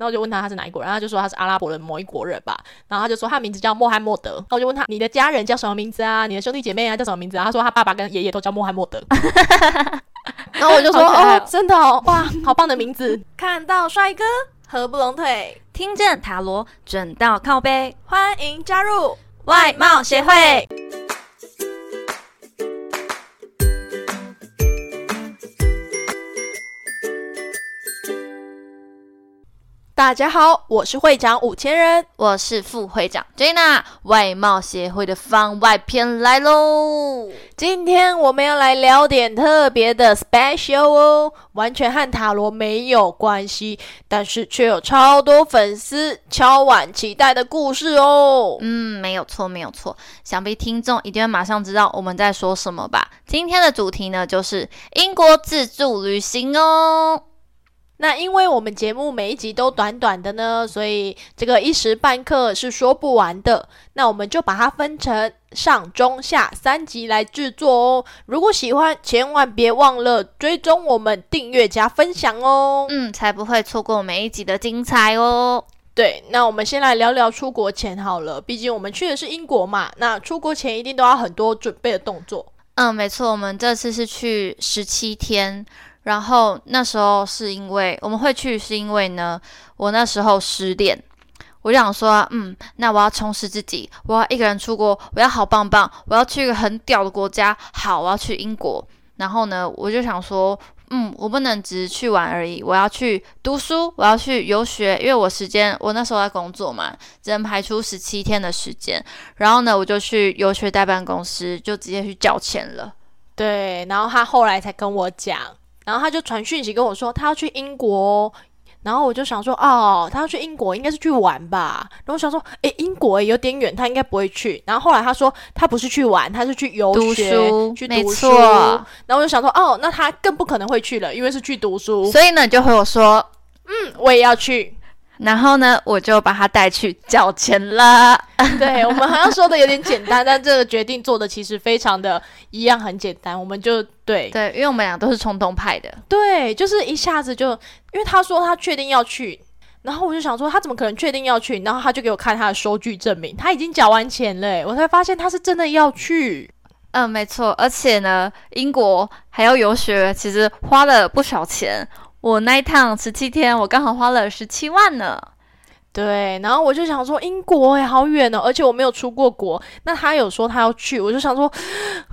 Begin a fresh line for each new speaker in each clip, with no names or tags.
然后我就问他他是哪一国人，然后他就说他是阿拉伯人某一国人吧，然后他就说他名字叫穆罕默德，然后我就问他你的家人叫什么名字啊，你的兄弟姐妹啊叫什么名字啊，他说他爸爸跟爷爷都叫穆罕默 德，然后我就说
好可爱
哦
哦
真的哦，哇，好棒的名字，
看到帅哥合不拢腿，
听见塔罗准到靠背，
欢迎加入
外貌协会。
大家好，我是会长五千人。
我是副会长 Jana，外貌协会的番外篇来喽！
今天我们要来聊点特别的 special 哦，完全和塔罗没有关系，但是却有超多粉丝敲碗期待的故事哦。
嗯，没有错，没有错。想必听众一定会马上知道我们在说什么吧？今天的主题呢，就是英国自助旅行哦。
那因为我们节目每一集都短短的呢，所以这个一时半刻是说不完的。那我们就把它分成上、中、下三集来制作哦。如果喜欢，千万别忘了追踪我们、订阅加分享哦。
嗯，才不会错过每一集的精彩哦。
对，那我们先来聊聊出国前好了，毕竟我们去的是英国嘛。那出国前一定都要很多准备的动作。
嗯，没错，我们这次是去十七天，然后那时候是因为我们会去，是因为呢，我那时候失恋，我就想说，嗯，那我要充实自己，我要一个人出国，我要好棒棒，我要去一个很屌的国家，好，我要去英国。然后呢，我就想说，嗯，我不能只是去玩而已，我要去读书，我要去游学，因为我时间我那时候在工作嘛，只能排出十七天的时间。然后呢，我就去游学代办公司，就直接去交钱了。
对，然后他后来才跟我讲，然后他就传讯息跟我说他要去英国哦、然后我就想说，哦，他要去英国，应该是去玩吧。然后我想说，诶，英国诶有点远，他应该不会去。然后后来他说，他不是去玩，他是去游
读
学
书
去
没
读书。
错
然后我就想说，哦，那他更不可能会去了，因为是去读书。
所以呢，你就回我说，
嗯，我也要 去。
然后呢，我就把他带去交钱 了。
对我们好像说的有点简单，但这个决定做的其实非常的一样很简单，我们就对
对，因为我们俩都是冲动派的。
对，就是一下子就，因为他说他确定要去。然后我就想说，他怎么可能确定要去？然后他就给我看他的收据证明，他已经缴完钱了欸耶，我才发现他是真的要去。
嗯，没错，而且呢，英国还要游学，其实花了不少钱。我那一趟十七天，我刚好花了十七万呢。
对，然后我就想说，英国哎，好远哦，而且我没有出过国。那他有说他要去，我就想说，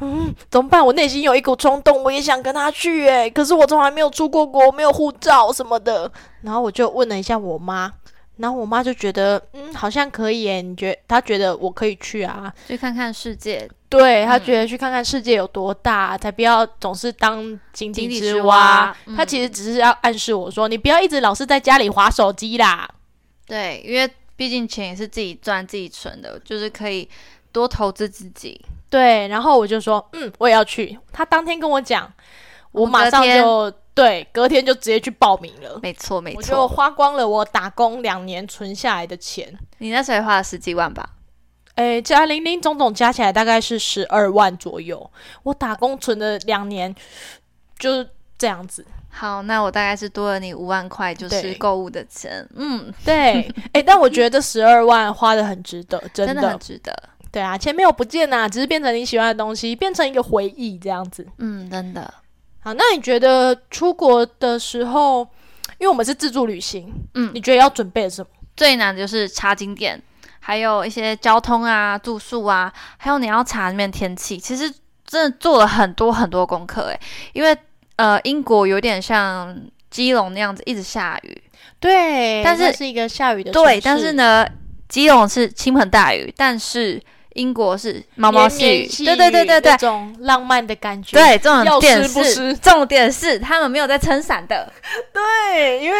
嗯，怎么办？我内心有一股冲动，我也想跟他去哎，可是我从来没有出过国，没有护照什么的。然后我就问了一下我妈，然后我妈就觉得，嗯，好像可以哎，你觉她觉得我可以去啊？
去看看世界，
对她
嗯
觉得去看看世界有多大，才不要总是当井
井
底
底
之
之
蛙
蛙。嗯
她其实只是要暗示我说，你不要一直老是在家里划手机啦。
对，因为毕竟钱也是自己赚、自己存的，就是可以多投资自己。
对，然后我就说，嗯，我也要去。他当天跟我讲，我
我
马
隔
上
天
就对，隔天就直接去报名了。
没错，没
我就
错。
花光了我打工两年存下来的钱，
你那时候也花了十几万吧？
诶，加零零总总加起来大概是十二万左右。我打工存了两年，就是这样子。
好，那我大概是多了你五万块，就
对
是购物的钱。嗯，
对，诶，但我觉得十二万花的很值得，真的。
真的很值得。
对啊，钱没有不见呐、只是变成你喜欢的东西，变成一个回忆这样子。
嗯，真的。
好，那你觉得出国的时候，因为我们是自助旅行，
嗯
你觉得要准备什么？
最难的就是查景点，还有一些交通啊、住宿啊，还有你要查那边天气。其实真的做了很多很多功课诶，因为呃，英国有点像基隆那样子，一直下雨。
对
但是
那是一个下雨的城
对，
市
但是，呢，基隆是倾盆大雨，但是英国是毛毛细
绵
雨。
绵细
对对对对
那
对。
种浪漫的感觉。
对，重
要
点
湿不湿
是重点是他们没有在撑伞的，
对，因为。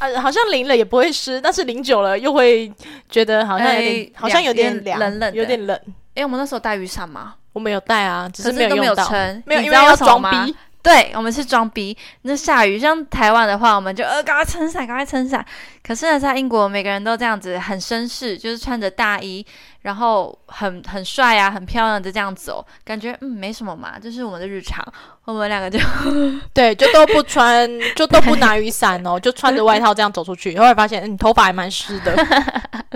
呃，好像淋了也不会湿，但是淋久了又会觉得好像有点，
哎
好像有点
有点
凉，
冷冷的
有点冷。
因为我们那时候带雨伞嘛，
我没有带啊，只
可
没有
都没
用
有
到，
撑，
没有，
你
因
知道
要
什么
装
吗
逼。
对，我们是装逼。那下雨，像台湾的话，我们就呃赶快撑伞，赶快撑伞。可是呢，在英国，每个人都这样子，很绅士，就是穿着大衣，然后很很帅啊，很漂亮的这样走，感觉嗯没什么嘛，就是我们的日常。我们两个就
对，就都不穿，就都不拿雨伞哦，就穿着外套这样走出 去，后来发现嗯，你头发还蛮湿的，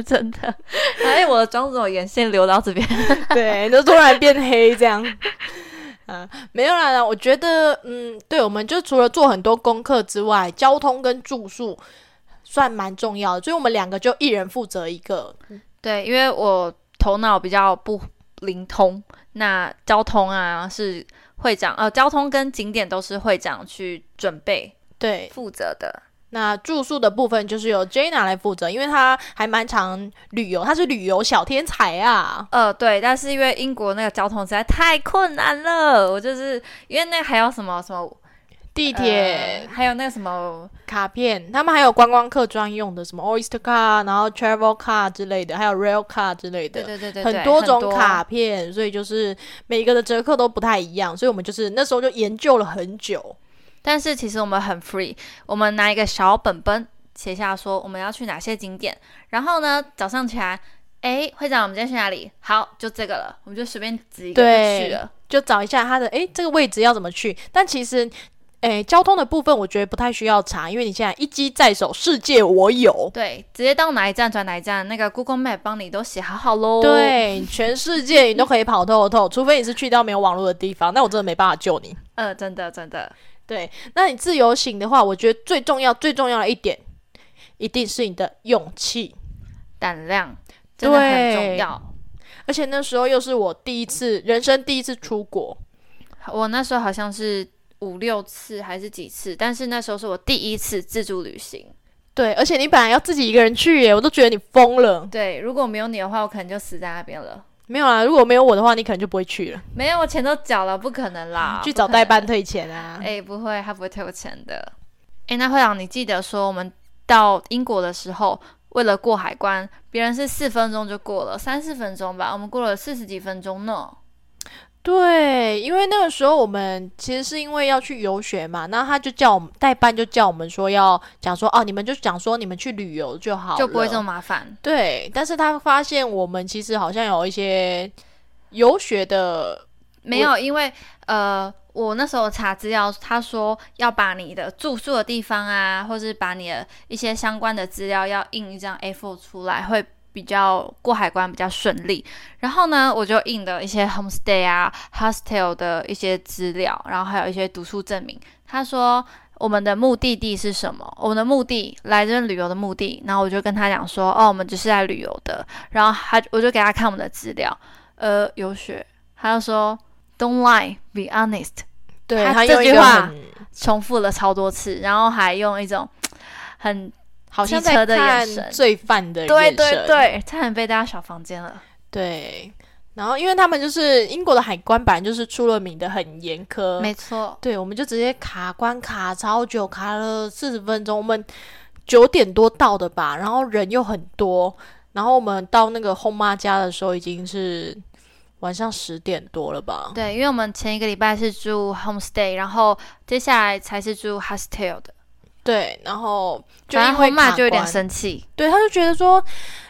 真的，哎，我的妆怎么眼线流到这边？
对，就突然变黑这样。啊，没有啦，我觉得，嗯，对，我们就除了做很多功课之外，交通跟住宿算蛮重要的，所以我们两个就一人负责一个。
对，因为我头脑比较不灵通，那交通啊是会长，呃，交通跟景点都是会长去准备
对，
负责的。
那住宿的部分就是由 Jana 来负责，因为她还蛮常旅游，她是旅游小天才啊。
呃，对，但是因为英国那个交通实在太困难了，我就是因为那还有什么什么
地
地
铁、
还有那个什么，
卡片，他们还有观光客专用的，什么 Oyster Card，然后 Travel Card 之类的，还有 Rail Card 之类的。
对对对对，
很
对
多种卡，片，所以就是每一个的折扣都不太一样，所以我们就是那时候就研究了很久。
但是其实我们很 free，我们拿一个小本本写下说我们要去哪些景点，然后呢早上起来，哎，会长我们今天去哪里？好，就这个了，我们就随便指一个就去
对
了。
就找一下它的诶、这个位置要怎么去。但其实，诶、交通的部分我觉得不太需要查，因为你现在一机在手，世界我有。
对，直接到哪一站转哪一站，那个 Google Map 帮你都写好好喽。，
对，全世界你都可以跑透透，除非你是去到没有网络的地方，那我真的没办法救你。
呃，真的真的，
对，那你自由行的话，我觉得最重要、最重要的一点，一定是你的勇气。
胆量真的很重
对
要。
而且那时候又是我第一次，人生第一次出国，
我那时候好像是五六次还是几次，但是那时候是我第一次自助旅行。
对，而且你本来要自己一个人去耶，我都觉得你疯了。
对，如果没有你的话，我可能就死在那边了。
没有啊，如果没有我的话，你可能就不会去了，
没有，我钱都缴了，不可能啦，
去
不
找
可
代
能
办。退钱啊。
哎、不会，他不会退我钱的。哎、那会长，你记得说我们到英国的时候，为了过海关，别人是四分钟就过了，三四分钟吧，我们过了四十几分钟呢。
对，因为那个时候我们其实是因为要去游学嘛，那他就叫我们代办，就叫我们说要讲说哦，你们就讲说你们去旅游就好了，哦
就不会这么麻烦。
对。但是他发现我们其实好像有一些 游学的，
没有，因为呃，我那时候查资料，他说要把你的住宿的地方啊，或是把你的一些相关的资料要印一张 A4 出来，会比较过海关比较顺利。然后呢，我就印了一些 homestay 啊、hostel 的一些资料，然后还有一些读书证明。他说。我们的目的地是什么？我们的目的来这边旅游的目的，然后我就跟他讲说，哦，我们只是来旅游的。然后他我就给他看我们的资料，呃，游学，他就说 Don't lie, be honest，
对
他
他
这
用一
句
个
话
很
重复了超多次，然后还用一种很
好像
机
在
车的眼
看
神
罪犯的眼
对
神，
对对，差点被带到小房间了。
对，然后因为他们就是英国的海关，本来就是出了名的很严苛，
没错，
对，我们就直接卡关卡超久，卡了四十分钟，我们九点多到的吧，然后人又很多，然后我们到那个后妈家的时候已经是晚上十点多了吧。
对，因为我们前一个礼拜是住 homestay，然后接下来才是住 hostel 的，
对，然后就
反正
因为
后妈
卡
就有点
关
生气，
对，他就觉得说，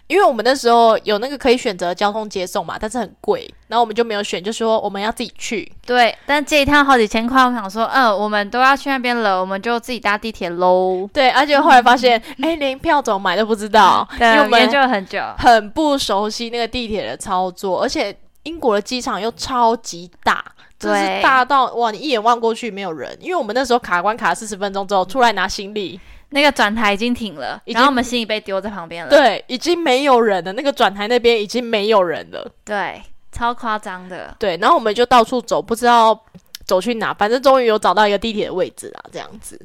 因为我们那时候有那个可以选择交通接送嘛，但是很贵，然后我们就没有选，就说我们要自己去。
对，但这一趟好几千块，我想说，嗯，我们都要去那边了，我们就自己搭地铁喽。
对，而且后来发现，哎、连票怎么买都不知道， 因
对，
为我
我们
们
就很久，
很不熟悉那个地铁的操作，而且英国的机场又超级大，真的
对
是大到哇，你一眼望过去没有人。因为我们那时候卡关卡四十分钟之后出来拿行 李，
那个转台已经停了，
已
然后
经
我们行李被丢在旁边了。
对，已经没有人了，那个转台那边已经没有人了。
对，超夸张的。
对，然后我们就到处走，不知道走去哪，反正终于有找到一个地铁的位置啦，这样子。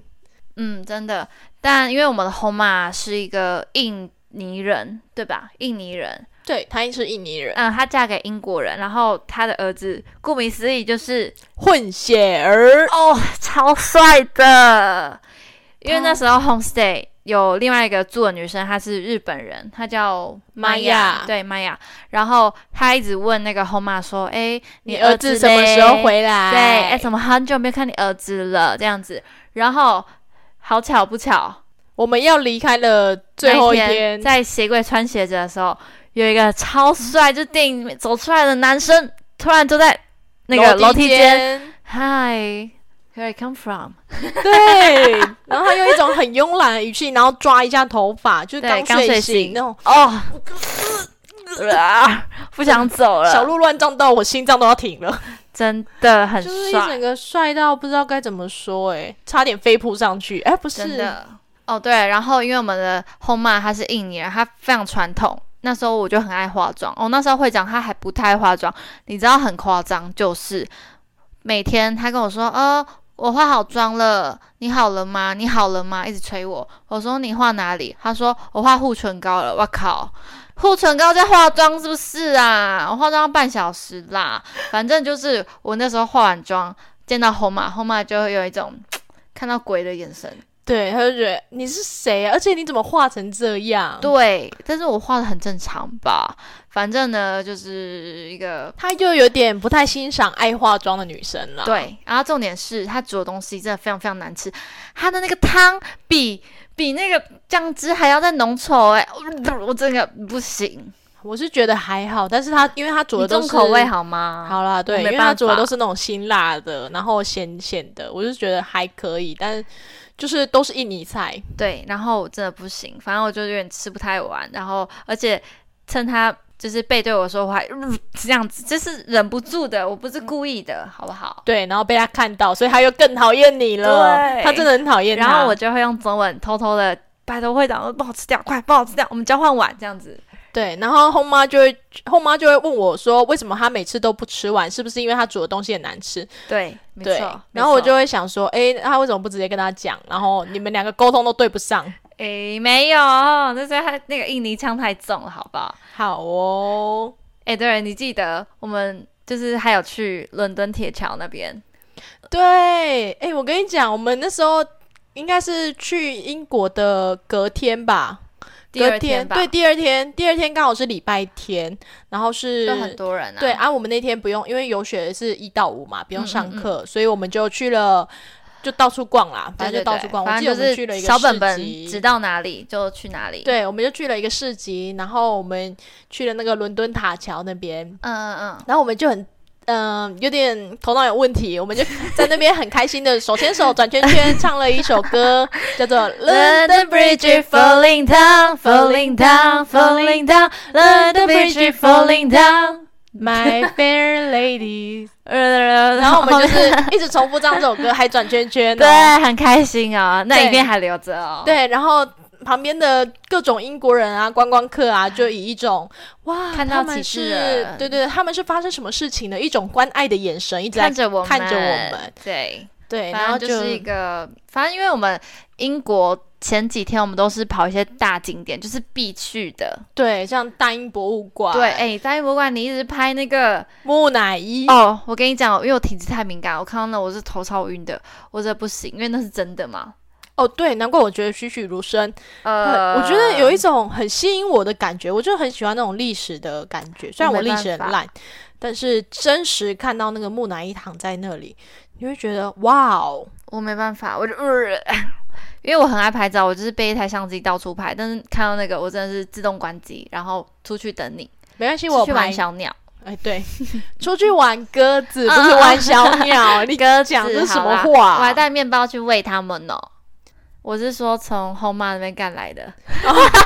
嗯，真的。但因为我们的 Homa 是一个印尼人，对吧？印尼人，
对，他是印尼人，
嗯，她嫁给英国人，然后她的儿子，顾名思义就是
混血儿。
哦，超帅的。因为那时候 homestay 有另外一个住的女生，她是日本人，她叫
Maya
对 Maya。然后她一直问那个 Homa 说：“哎，
你
儿
儿子什么时候
嘞
回来？
对，哎，怎么很久没有看你儿子了？这样子，然后好巧不巧，
我们要离开了最后一
那
天，
在鞋柜穿鞋子的时候，有一个超帅，就电影里面走出来的男生，突然就在那个楼梯间
间，
，Hi，Where I come from？
对，然后他用一种很慵懒的语气，然后抓一下头发，就是
对，刚
睡
睡
醒
醒
那种，
哦，啊不想走了，
小鹿乱撞到我心脏都要停了，
真的很
就是一
帅
整，个帅到不知道该怎么说、哎，差点飞扑上去，哎、不
真
是，
的。哦，对，然后因为我们的后妈她是印尼人，她非常传统。那时候我就很爱化妆，哦，那时候会长她还不太爱化妆，你知道很夸张，就是每天她跟我说，呃，我化好妆了，你好了吗？你好了吗？一直催我，我说你画哪里？她说我画护唇膏了，我靠，护唇膏在化妆是不是啊？我化妆要半小时啦，反正就是我那时候化完妆见到红马，红马就会有一种看到鬼的眼神。
对，他就觉得你是谁、啊，而且你怎么画成这样？
对，但是我画的很正常吧，反正呢就是一个
他就有点不太欣赏爱化妆的女生了，，
对，然后重点是他煮的东西真的非常非常难吃，他的那个汤比比那个酱汁还要再浓稠哎、我真的不行，
我是觉得还好，但是他因为他煮
你
的都
重
是
口味好吗？，
好啦，对，
没
因为
办
他煮的
法
都是那种辛辣的，然后咸咸的，我就觉得还可以，但是就是都是印尼菜，
对，然后我真的不行，反正我就有点吃不太完，然后而且趁他。就是背对我说话，呃这样子，这是忍不住的，我不是故意的，好不好？
对，然后被他看到，所以他又更讨厌你了，
对
他真的很讨厌他。
然后我就会用中文偷偷的拜托会长帮我吃掉，快帮我吃掉，我们交换碗这样子。
对，然后后妈就会后妈就会问我说，为什么他每次都不吃完？是不是因为他煮的东西很难吃？
对，没
对
错。，
然后我就会想说，诶，他为什么不直接跟他讲？然后你们两个沟通都对不上。
诶没有，那是他那个印尼腔太重了，好不好？
好哦，
诶，对了，你记得我们就是还有去伦敦铁桥那边，
对，诶，我跟你讲，我们那时候应该是去英国的隔天吧。
第二
隔天
吧，
对，第二天，第二天刚好是礼拜天，然后是
就很多人啊。
对啊，我们那天不用，因为有雪是一到五嘛，不用上
嗯嗯
课，所以我们就去了，就到处逛啦，
对
反
对
正
对
就到处逛。
反
我记得
正
我们
就
去了一
是
个
小
市
本本
集
指到哪里就去哪里。，
对，我们就去了一个市集，然后我们去了那个伦敦塔桥那边，
嗯嗯嗯，
然后我们就很。嗯，有点头脑有问题，我们就在那边很开心的手牵手转圈圈，唱了一首歌，叫做《London Bridge
Bridge
f a l l
falling down, falling down, falling down. London Bridge falling down.
My fair lady，
呃，
然后我们就是一直重复唱这首歌，还转圈 圈、哦。
对，很开心哦，那
对
影片还留着哦。，
对，然后旁边的各种英国人啊、观光客啊，就以一种哇，
看
他
到
们
几只
是
人，
对对，他们是发生什么事情的一种关爱的眼神，一直在
看着我们，
看着我们，
对，
对，然
反
后
正就是一
就
个，反正因为我们英国前几天我们都是跑一些大景点，就是必去的。
对，像大英博物馆，
对，，哎，大英博物馆你一直拍那个，
木乃伊，
哦，我跟你讲，因为我体质太敏感，我看到那我是头超晕的，我这不行，因为那是真的嘛。
哦，对，难怪我觉得栩栩如生，呃，
呃，
我觉得有一种很吸引我的感觉，我就很喜欢那种历史的感觉。虽然
我
我
没
历史
办
很
法
烂，但是真实看到那个木乃伊躺在那里，你会觉得哇哦，
我没办法，我就、呃， 因为我很爱拍照，我就是背一台相机到处拍，但是看到那个我真的是自动关机，然后出去等你，
没关系，
出
我
去
拍
玩小鸟，
哎，对， 出去玩鸽子不是玩小
嗯
鸟，你鸽讲
是
这是什
好啊
么
啦我还
话？
带面包去喂它们呢、我是说从后妈那边干来的，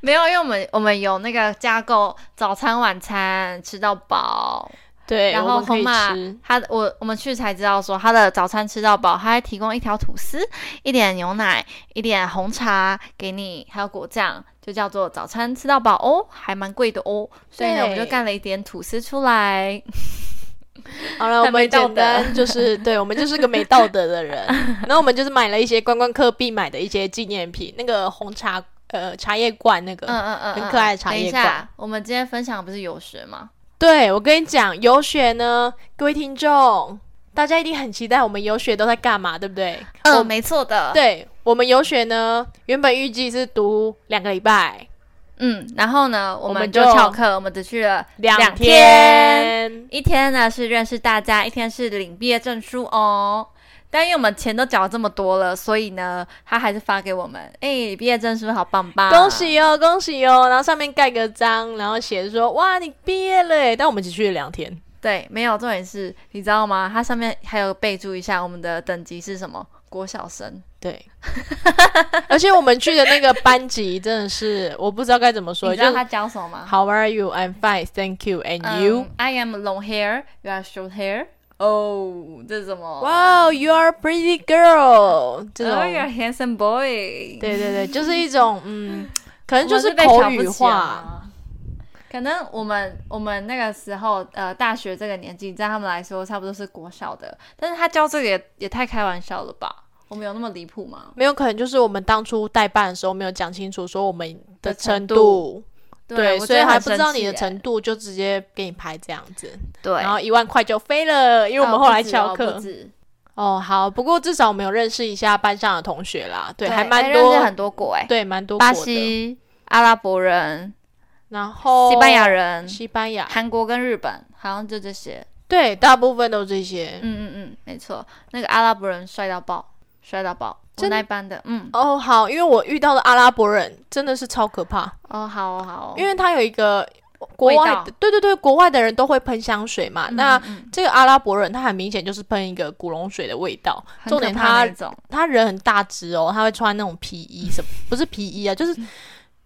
没有，因为我们我们有那个加购早餐晚餐吃到饱，
对，
然
我
后
们可
红
以
马
吃。
他我我们去才知道说他的早餐吃到饱，他还提供一条吐司、一点牛奶、一点红茶给你，还有果酱，就叫做早餐吃到饱哦，还蛮贵的哦。所以呢，我们就
对
干了一点吐司出来。
好了，我
很没
们
道
简
德
单就是，对我们就是个没道德 的 人。然后我们就是买了一些观光客必买的一些纪念品，那个红茶呃茶叶罐那个。
嗯嗯嗯，
很
嗯
可爱的茶
等一
叶
下
罐，
我们今天分享的不是游学吗？
对我跟你讲，有雪呢，各位听众，大家一定很期待我们游学都在干嘛，对不对？
嗯、
我
没错的。，
对我们游学呢，原本预计是读两个礼拜，
嗯，然后呢，我
我们
们就
就
翘课，我们只去了
两
天。
天。
一天呢是认识大家，一天是领毕业证书哦。但因为我们钱都缴了这么多了，所以呢，他还是发给我们。哎，毕业证书好棒啊棒，
恭！喜哦，恭喜哦！然后上面盖个章，然后写着说：“哇，你毕业了耶！”但我们只去了两 天，
对，没有重点是，你知道吗？它上面还有备注一下我们的等级是什么，国小生。
对。而且我们去的那个班级真的是，我不知道该怎么说，
你知
就
道
是
他教什么吗
How are you? I'm fine, thank you. And you?
嗯 I am long hair, you are short hair. 哦，这是什么？
Wow,，Oh, you are a pretty girl. 这种
，Oh, you are handsome boy。
对对对，就是一种 嗯，可能就
我们
是
是被瞧
口
不
语
起
化。
了吗。可能我们我们那个时候，呃，大学这个年纪，在他们来说差不多是国小的，但是他教这个也也太开玩笑了吧？我们有那么离谱吗？
没有，可能就是我们当初代办的时候没有讲清楚，说我们的
的程
程度，对，
我
所以
真的
还
很
不知道
生气
你的
耶
程度，就直接给你拍这样子，
对，
然后啊一万块就飞了，因为我们后来翘
哦不
课。
止
哦，好，不过至少我们有认识一下班上的同学啦，对，
对，
还
哎
蛮
认
多
识，很多国哎，
对，蛮多
巴
国的，
西、阿拉伯人、
然后
西班牙、人、
西班牙，
韩国跟日本，好像就这些。
对，大部分都这些。
嗯嗯嗯，没错，那个阿拉伯人帅到爆，帅到爆，我
真
那一班的，嗯，
哦，好，因为我遇到的阿拉伯人真的是超可怕，
哦，好哦好哦，
因为他有一个国
味
外
道
的，对对对，国外的人都会喷香水嘛，
嗯
那。
嗯嗯
这个阿拉伯人他很明显就是喷一个古龙水的味道，
很
重
可
点
怕
他
那种。
他人很大只哦，他会穿那种皮衣什么，不是皮衣啊，就是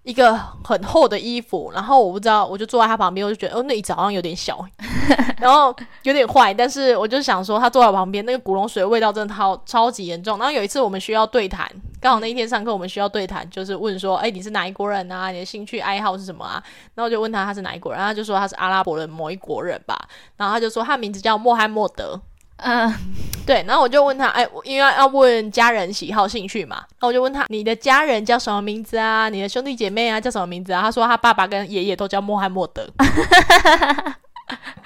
一个很厚的衣服。然后我不知道，我就坐在他旁边，我就觉得哦，那椅子好像有点小，然后有点坏。但是我就想说，他坐在我旁边，那个古龙水的味道真的超超级严重。然后有一次我们需要对谈，刚好那一天上课我们需要对谈，就是问说，哎，你是哪一国人啊？你的兴趣爱好是什么啊？然后我就问他他是哪一国人，然后他就说他是阿拉伯人某一国人吧。然后他就说他名字叫穆罕默德。
嗯，
对，然后我就问他，哎，我因为要问家人喜好兴趣嘛，然后我就问他，你的家人叫什么名字啊？你的兄弟姐妹啊叫什么名字啊？他说他爸爸跟爷爷都叫穆罕默德，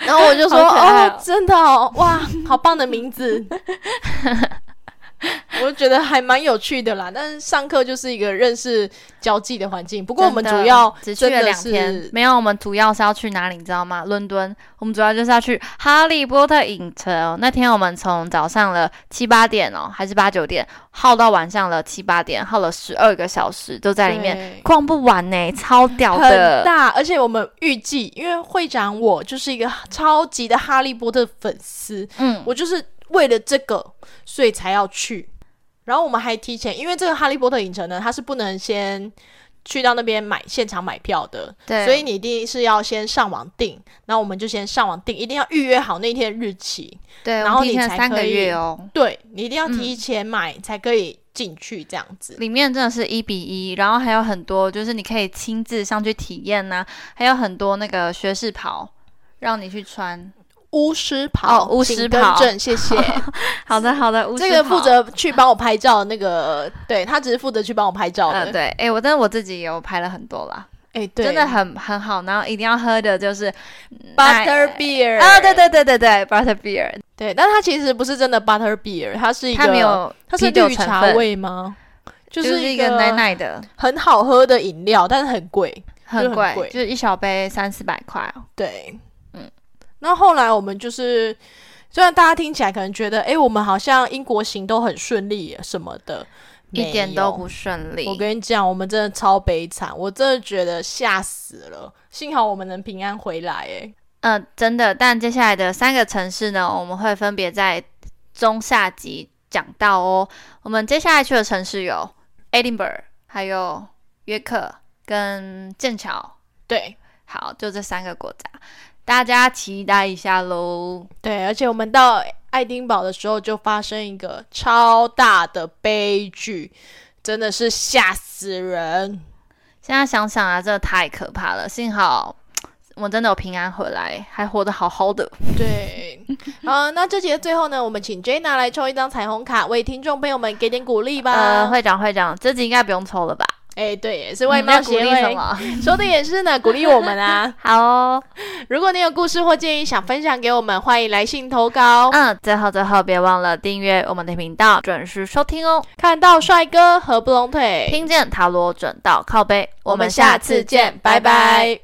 然后我就说，
好可爱哦
哦，真的哦，哇，好棒的名 字。我就觉得还蛮有趣的啦，但是上课就是一个认识交际的环境。不
不
过我们主要
只去
真
了
的
两天
是，
没有，我们主要是要去哪里，你知道吗？伦敦，我们主要就是要去哈利波特影城。那天我们从早上了七八点哦，还是八九点，耗到晚上了七八点，耗了十二个小时，都在里面
对
逛不完呢，超屌
很
的。
大，而且我们预计，因为会长我就是一个超级的哈利波特粉丝，
嗯，
我就是为了这个，所以才要去。然后我们还提前，因为这个哈利波特影城呢，它是不能先去到那边买现场买票的，
对，
所以你一定是要先上网订。然后我们就先上网订，一定要预约好那天的日期，
对，
然
我
后
们提
你
前
才
三个
可以
月哦，
对你一定要
嗯
提前买才可以进去，这样子。
里面真的是一比一，然后还有很多就是你可以亲自上去体验呐、还有很多那个学士袍让你去穿。
巫师袍，
哦巫师
请更
袍
正谢 嗯谢。
好的，好的，巫
这
师
个
袍
负责去帮我拍照的那个，对他只是负责去帮我拍照的。
呃，对，哎、我但是我自己也有拍了很多啦，
哎，对，
真的很很好。然后一定要喝的就是
butter beer
啊，对对对对对，butter beer，
哦对，但它其实不是真的 butter beer，它是一个
它没有
它是
啤酒
绿
成
茶
分，
味吗？就
就是
是
一
个
个奶奶的，
很好喝的饮料，但是很贵。就
很
很
贵，
贵
就是一小杯三四百块哦。
对，
嗯
嗯。那后来我们就是，虽然大家听起来可能觉得，哎，我们好像英国行都很顺利什么的，
一点
没
都
有
不顺利。
我跟你讲，我们真的超悲惨，我真的觉得吓死了。幸好我们能平安回来、哎，
嗯、真的。但接下来的三个城市呢，我们会分别在中下集讲到哦。我们接下来去的城市有 Edinburgh，还有约克跟剑桥。
对
好，就这三个国家，大家期待一下喽。
对，而且我们到爱丁堡的时候就发生一个超大的悲剧，真的是吓死人。
现在想想啊，真的太可怕了。幸好我真的有平安回来，还活得好好的。
对，啊，那这集的最后呢，我们请 Jenna
啊
来抽一张彩虹卡，为听众朋友们给点鼓励吧。
呃呃，会长会长，这集应该不用抽了吧？
哎、对耶，是外
你要
貌
鼓
协
励什
会、
么？
说的也是呢，鼓励我们啊。
好哦，
如果你有故事或建议想分享给我们，欢迎来信投稿。
嗯，最后最后别忘了订阅我们的频道，准时收听哦。
看到帅哥合不拢腿，
听见塔罗准到靠背，
我们下次见，拜拜